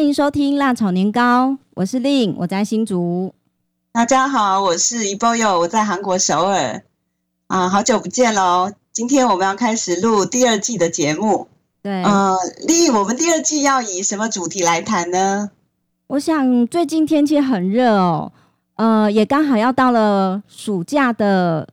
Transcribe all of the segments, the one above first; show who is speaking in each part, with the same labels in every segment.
Speaker 1: 迎收听辣炒年糕，我是令，我在新竹。
Speaker 2: 大家好，我是一波友，我在韩国首尔。啊，好久不见喽！今天我们要开始录第二季的节目。
Speaker 1: 对，
Speaker 2: 呃，丽，我们第二季要以什么主题来谈呢？
Speaker 1: 我想最近天气很热哦，呃，也刚好要到了暑假的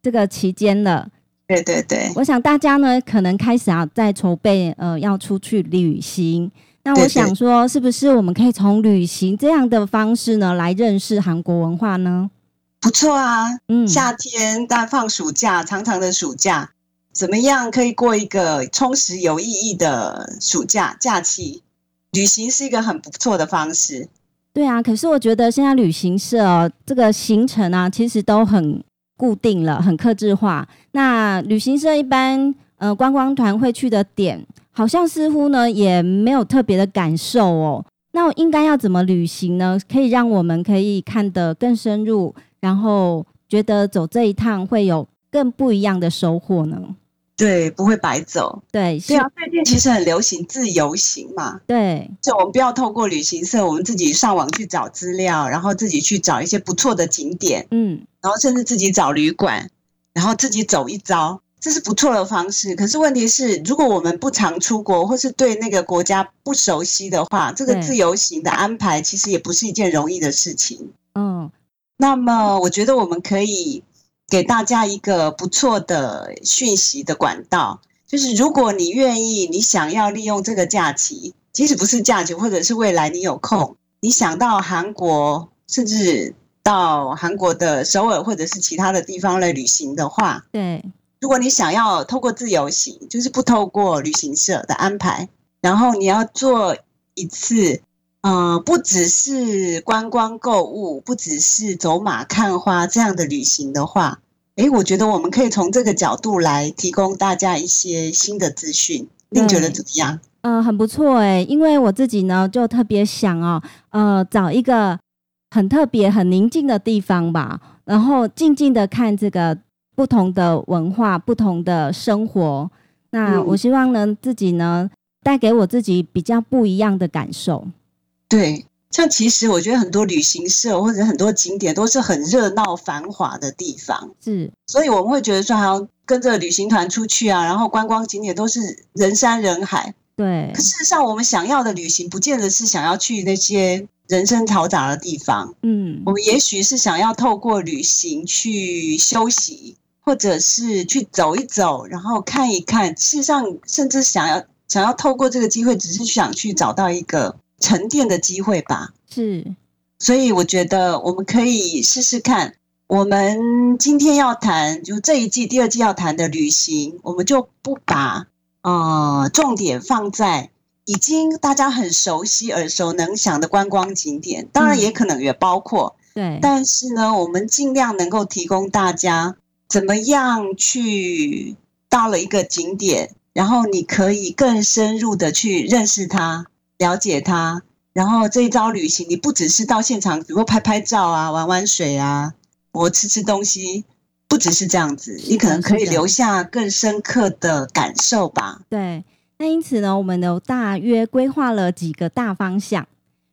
Speaker 1: 这个期间了。
Speaker 2: 对对对，
Speaker 1: 我想大家呢，可能开始啊，在筹备呃要出去旅行。那我
Speaker 2: 对对
Speaker 1: 想说，是不是我们可以从旅行这样的方式呢，来认识韩国文化呢？
Speaker 2: 不错啊。
Speaker 1: 嗯，
Speaker 2: 夏天大放暑假，长长的暑假，怎么样可以过一个充实有意义的暑假假期？旅行是一个很不错的方式。
Speaker 1: 对啊。可是我觉得现在旅行社、哦、这个行程啊，其实都很固定了，很克制化。那旅行社一般呃观光团会去的点，好像似乎呢也没有特别的感受哦。那我应该要怎么旅行呢？可以让我们可以看得更深入，然后觉得走这一趟会有更不一样的收获呢？
Speaker 2: 对，不会白走。
Speaker 1: 对，是
Speaker 2: 对啊，最近其实很流行自由行嘛，
Speaker 1: 对，
Speaker 2: 就我们不要透过旅行社，我们自己上网去找资料，然后自己去找一些不错的景点，
Speaker 1: 嗯，
Speaker 2: 然后甚至自己找旅馆，然后自己走一遭，这是不错的方式。可是问题是，如果我们不常出国，或是对那个国家不熟悉的话，这个
Speaker 1: 对
Speaker 2: 自由行的安排其实也不是一件容易的事情。
Speaker 1: 哦，
Speaker 2: 那么，我觉得我们可以给大家一个不错的讯息的管道，就是如果你愿意，你想要利用这个假期，即使不是假期，或者是未来你有空，你想到韩国，甚至到韩国的首尔或者是其他的地方来旅行的话，
Speaker 1: 对，
Speaker 2: 如果你想要透过自由行，就是不透过旅行社的安排，然后你要做一次，呃，不只是观光购物，不只是走马看花这样的旅行的话，诶，我觉得我们可以从这个角度来提供大家一些新的资讯。您觉得怎么样？
Speaker 1: 呃，很不错哎，因为我自己呢就特别想哦，呃，找一个很特别、很宁静的地方吧，然后静静的看这个不同的文化、不同的生活。那
Speaker 2: 嗯
Speaker 1: 我希望呢，自己呢带给我自己比较不一样的感受。
Speaker 2: 对，像其实我觉得很多旅行社或者很多景点都是很热闹繁华的地方。
Speaker 1: 是，
Speaker 2: 所以我们会觉得说，好像跟着旅行团出去啊，然后观光景点都是人山人海。
Speaker 1: 对
Speaker 2: 可，事实上，我们想要的旅行，不见得是想要去那些人声嘈杂的地方。
Speaker 1: 嗯
Speaker 2: 我，们也许是想要透过旅行去休息，或者是去走一走，然后看一看。事实上，甚至想要想要透过这个机会，只是想去找到一个沉淀的机会吧。
Speaker 1: 是，
Speaker 2: 所以我觉得我们可以试试看。我们今天要谈，就这一季、第二季要谈的旅行，我们就不把呃重点放在已经大家很熟悉、耳熟能详的观光景点，当然
Speaker 1: 嗯
Speaker 2: 也可能也包括，
Speaker 1: 对，
Speaker 2: 但是呢，我们尽量能够提供大家怎么样去到了一个景点，然后你可以更深入的去认识它、了解它。然后这一遭旅行，你不只是到现场，比如拍拍照啊、玩玩水啊、我吃吃东西，不只是这样子，
Speaker 1: 是
Speaker 2: 你可
Speaker 1: 的
Speaker 2: 能可以
Speaker 1: 是的
Speaker 2: 留下更深刻的感受吧。
Speaker 1: 对。那因此呢，我们有大约规划了几个大方向。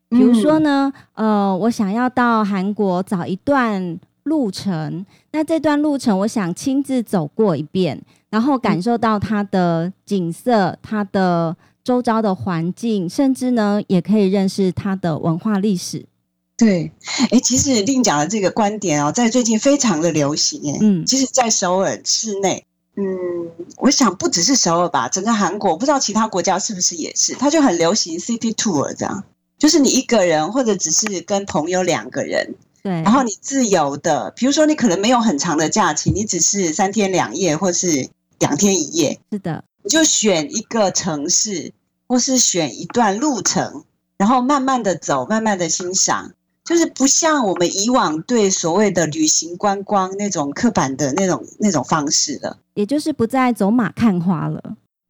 Speaker 1: 比如说
Speaker 2: 嗯，
Speaker 1: 呢，呃，我想要到韩国找一段路程，那这段路程我想亲自走过一遍，然后感受到它的景色、它的周遭的环境，甚至呢，也可以认识它的文化历史。
Speaker 2: 对，哎，其实令讲的这个观点哦，在最近非常的流行哎。
Speaker 1: 嗯，
Speaker 2: 其实，在首尔市内，嗯，我想不只是首尔吧，整个韩国，不知道其他国家是不是也是，它就很流行 city tour 这样，就是你一个人或者只是跟朋友两个人，
Speaker 1: 对，
Speaker 2: 然后你自由的，比如说你可能没有很长的假期，你只是三天两夜或是两天一夜，
Speaker 1: 是的，
Speaker 2: 你就选一个城市，或是选一段路程，然后慢慢的走，慢慢的欣赏。就是不像我们以往对所谓的旅行观光那种刻板的那种那种方式了。
Speaker 1: 也就是不再走马看花了，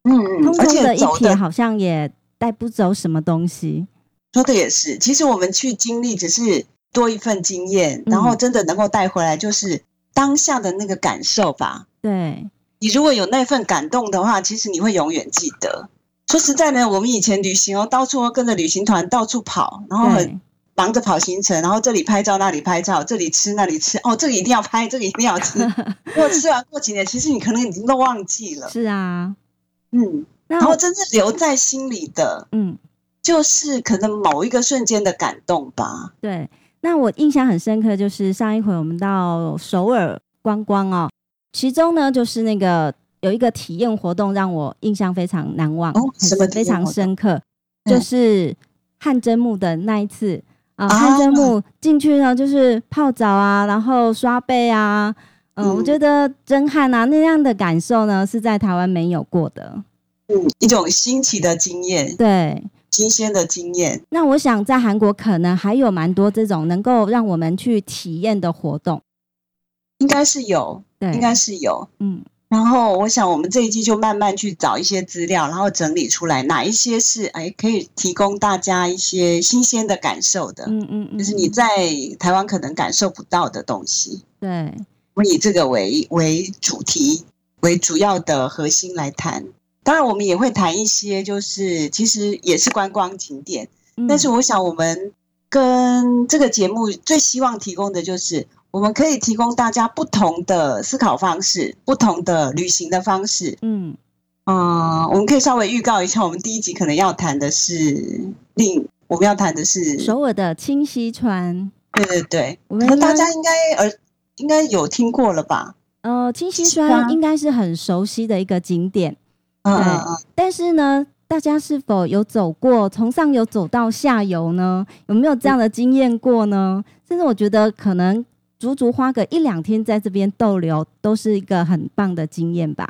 Speaker 2: 嗯嗯
Speaker 1: 通
Speaker 2: 而
Speaker 1: 通
Speaker 2: 且
Speaker 1: 的一
Speaker 2: 走
Speaker 1: 瞥
Speaker 2: 的
Speaker 1: 好像也带不走什么东西。
Speaker 2: 说的也是，其实我们去经历只是多一份经验，
Speaker 1: 嗯
Speaker 2: 然后真的能够带回来就是当下的那个感受吧。
Speaker 1: 对，
Speaker 2: 你如果有那份感动的话，其实你会永远记得。说实在呢，我们以前旅行哦，到处跟着旅行团到处跑，然后很
Speaker 1: 对，
Speaker 2: 忙着跑行程，然后这里拍照那里拍照，这里吃那里吃，哦，这个一定要拍，这个一定要吃。 如果吃完过几年，其实你可能已经都忘记了。
Speaker 1: 是啊。
Speaker 2: 嗯，
Speaker 1: 那
Speaker 2: 然后
Speaker 1: 我
Speaker 2: 真正留在心里的，
Speaker 1: 嗯，
Speaker 2: 就是可能某一个瞬间的感动吧。
Speaker 1: 对。那我印象很深刻，就是上一回我们到首尔观光哦，其中呢就是那个有一个体验活动让我印象非常难忘，
Speaker 2: 哦
Speaker 1: 很
Speaker 2: 什么体
Speaker 1: 非
Speaker 2: 验
Speaker 1: 常
Speaker 2: 活动
Speaker 1: 深刻，
Speaker 2: 嗯
Speaker 1: 就是汗蒸幕的那一次。啊，
Speaker 2: 啊
Speaker 1: 汗蒸幕进去呢，就是泡澡啊，然后刷背啊，嗯，
Speaker 2: 嗯
Speaker 1: 我觉得蒸汗啊那样的感受呢，是在台湾没有过的。
Speaker 2: 嗯，一种新奇的经验，
Speaker 1: 对，
Speaker 2: 新鲜的经验。
Speaker 1: 那我想在韩国可能还有蛮多这种能够让我们去体验的活动。
Speaker 2: 应该是有，
Speaker 1: 对，
Speaker 2: 应该是有。
Speaker 1: 嗯，
Speaker 2: 然后我想，我们这一季就慢慢去找一些资料，然后整理出来哪一些是哎可以提供大家一些新鲜的感受的，
Speaker 1: 嗯嗯嗯，
Speaker 2: 就是你在台湾可能感受不到的东西。
Speaker 1: 对，
Speaker 2: 我以这个为为主题为主要的核心来谈。当然，我们也会谈一些，就是其实也是观光景点，
Speaker 1: 嗯
Speaker 2: 但是我想，我们跟这个节目最希望提供的就是，我们可以提供大家不同的思考方式、不同的旅行的方式。
Speaker 1: 嗯
Speaker 2: 嗯，我们可以稍微预告一下，我们第一集可能要谈的是另，我们要谈的是，
Speaker 1: 首尔的清溪川，
Speaker 2: 对对对，
Speaker 1: 我
Speaker 2: 可
Speaker 1: 们
Speaker 2: 能大
Speaker 1: 应
Speaker 2: 家
Speaker 1: 该
Speaker 2: 应该耳应该有听过了吧？
Speaker 1: 呃清溪
Speaker 2: 是啊
Speaker 1: 川应该是很熟悉的一个景点，
Speaker 2: 嗯
Speaker 1: 对
Speaker 2: 嗯嗯，
Speaker 1: 但是呢，大家是否有走过从上游走到下游呢？有没有这样的经验过呢？甚至我觉得可能足足花个一两天在这边逗留，都是一个很棒的经验吧。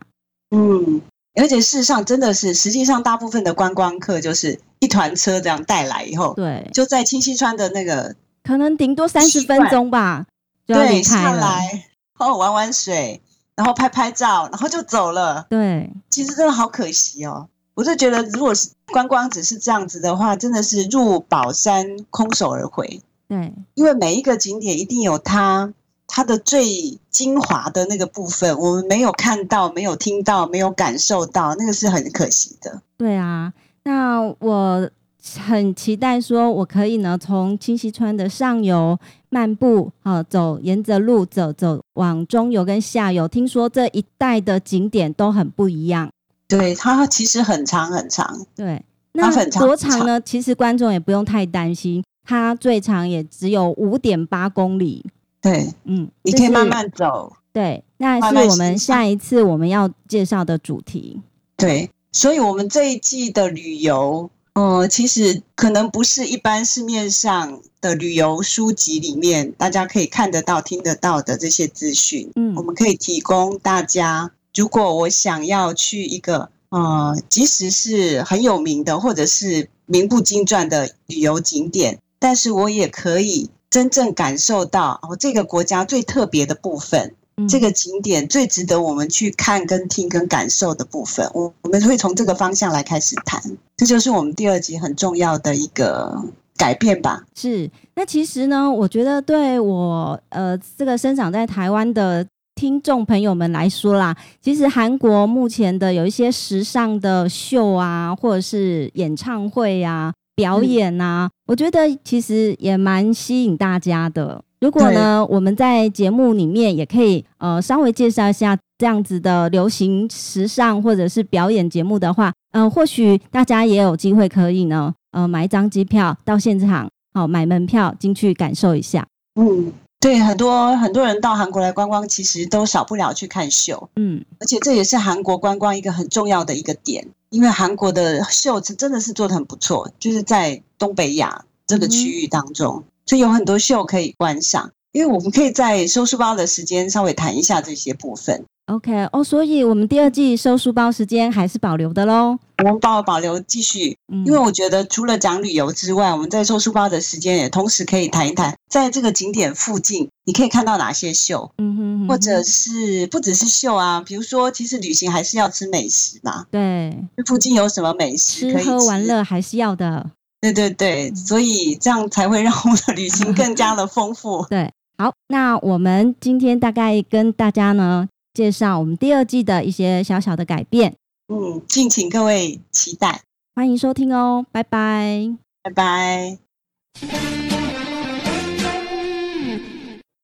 Speaker 2: 嗯，而且事实上真的是，实际上大部分的观光客就是一团车这样带来以后，
Speaker 1: 对，
Speaker 2: 就在清溪川的那个
Speaker 1: 可能顶多三十
Speaker 2: 习
Speaker 1: 分
Speaker 2: 惯
Speaker 1: 钟吧，就要离开
Speaker 2: 对下
Speaker 1: 了。
Speaker 2: 来，然后玩玩水，然后拍拍照，然后就走了。
Speaker 1: 对，
Speaker 2: 其实真的好可惜哦，我就觉得如果是观光只是这样子的话，真的是入宝山空手而回，
Speaker 1: 对，
Speaker 2: 因为每一个景点一定有它。它的最精华的那个部分，我们没有看到，没有听到，没有感受到，那个是很可惜的。
Speaker 1: 对啊，那我很期待说，我可以呢从清溪川的上游漫步，啊，走沿着路走走往中游跟下游。听说这一带的景点都很不一样，
Speaker 2: 对，它其实很长很长，
Speaker 1: 对。
Speaker 2: 它
Speaker 1: 那
Speaker 2: 很长
Speaker 1: 多
Speaker 2: 很
Speaker 1: 长呢？其实观众也不用太担心，它最长也只有五点八公里。
Speaker 2: 对，
Speaker 1: 嗯，
Speaker 2: 你
Speaker 1: 这
Speaker 2: 可以
Speaker 1: 是
Speaker 2: 慢慢走，
Speaker 1: 对，那
Speaker 2: 慢慢
Speaker 1: 是我们
Speaker 2: 欣赏
Speaker 1: 下一次我们要介绍的主题。
Speaker 2: 对。所以，我们这一季的旅游，呃，其实可能不是一般市面上的旅游书籍里面大家可以看得到、听得到的这些资讯。
Speaker 1: 嗯
Speaker 2: 我们可以提供大家，如果我想要去一个呃，即使是很有名的或者是名不经传的旅游景点，但是我也可以真正感受到哦，这个国家最特别的部分。
Speaker 1: 嗯，
Speaker 2: 这个景点最值得我们去看、跟听、跟感受的部分，我我们会从这个方向来开始谈。这就是我们第二集很重要的一个改变吧。
Speaker 1: 是，那其实呢，我觉得对我呃这个生长在台湾的听众朋友们来说啦，其实韩国目前的有一些时尚的秀啊，或者是演唱会啊、表
Speaker 2: 嗯
Speaker 1: 演啊，我觉得其实也蛮吸引大家的。如果呢，我们在节目里面也可以呃稍微介绍一下这样子的流行时尚或者是表演节目的话，嗯、或许大家也有机会可以呢，呃，买一张机票到现场，好、买门票进去感受一下。
Speaker 2: 嗯，对，很多很多人到韩国来观光，其实都少不了去看秀，
Speaker 1: 嗯，
Speaker 2: 而且这也是韩国观光一个很重要的一个点，因为韩国的秀是真的是做的很不错，就是在东北亚这
Speaker 1: 嗯
Speaker 2: 个区域当中，所以有很多秀可以观赏。因为我们可以在收书包的时间稍微谈一下这些部分。
Speaker 1: OK 哦，所以我们第二季收书包时间还是保留的喽。
Speaker 2: 我们保保留继续，
Speaker 1: 嗯，
Speaker 2: 因为我觉得除了讲旅游之外，我们在收书包的时间也同时可以谈一谈，在这个景点附近你可以看到哪些秀，
Speaker 1: 嗯哼嗯哼
Speaker 2: 或者是不只是秀啊，比如说其实旅行还是要吃美食嘛，
Speaker 1: 对
Speaker 2: 附近有什么美食
Speaker 1: 吃
Speaker 2: 可以
Speaker 1: 喝玩
Speaker 2: 吃？
Speaker 1: 乐还是要的。
Speaker 2: 对对对，所以这样才会让我们的旅行更加的丰富。
Speaker 1: 对，好，那我们今天大概跟大家呢介绍我们第二季的一些小小的改变。
Speaker 2: 嗯，敬请各位期待。
Speaker 1: 欢迎收听哦，拜拜。
Speaker 2: 拜拜。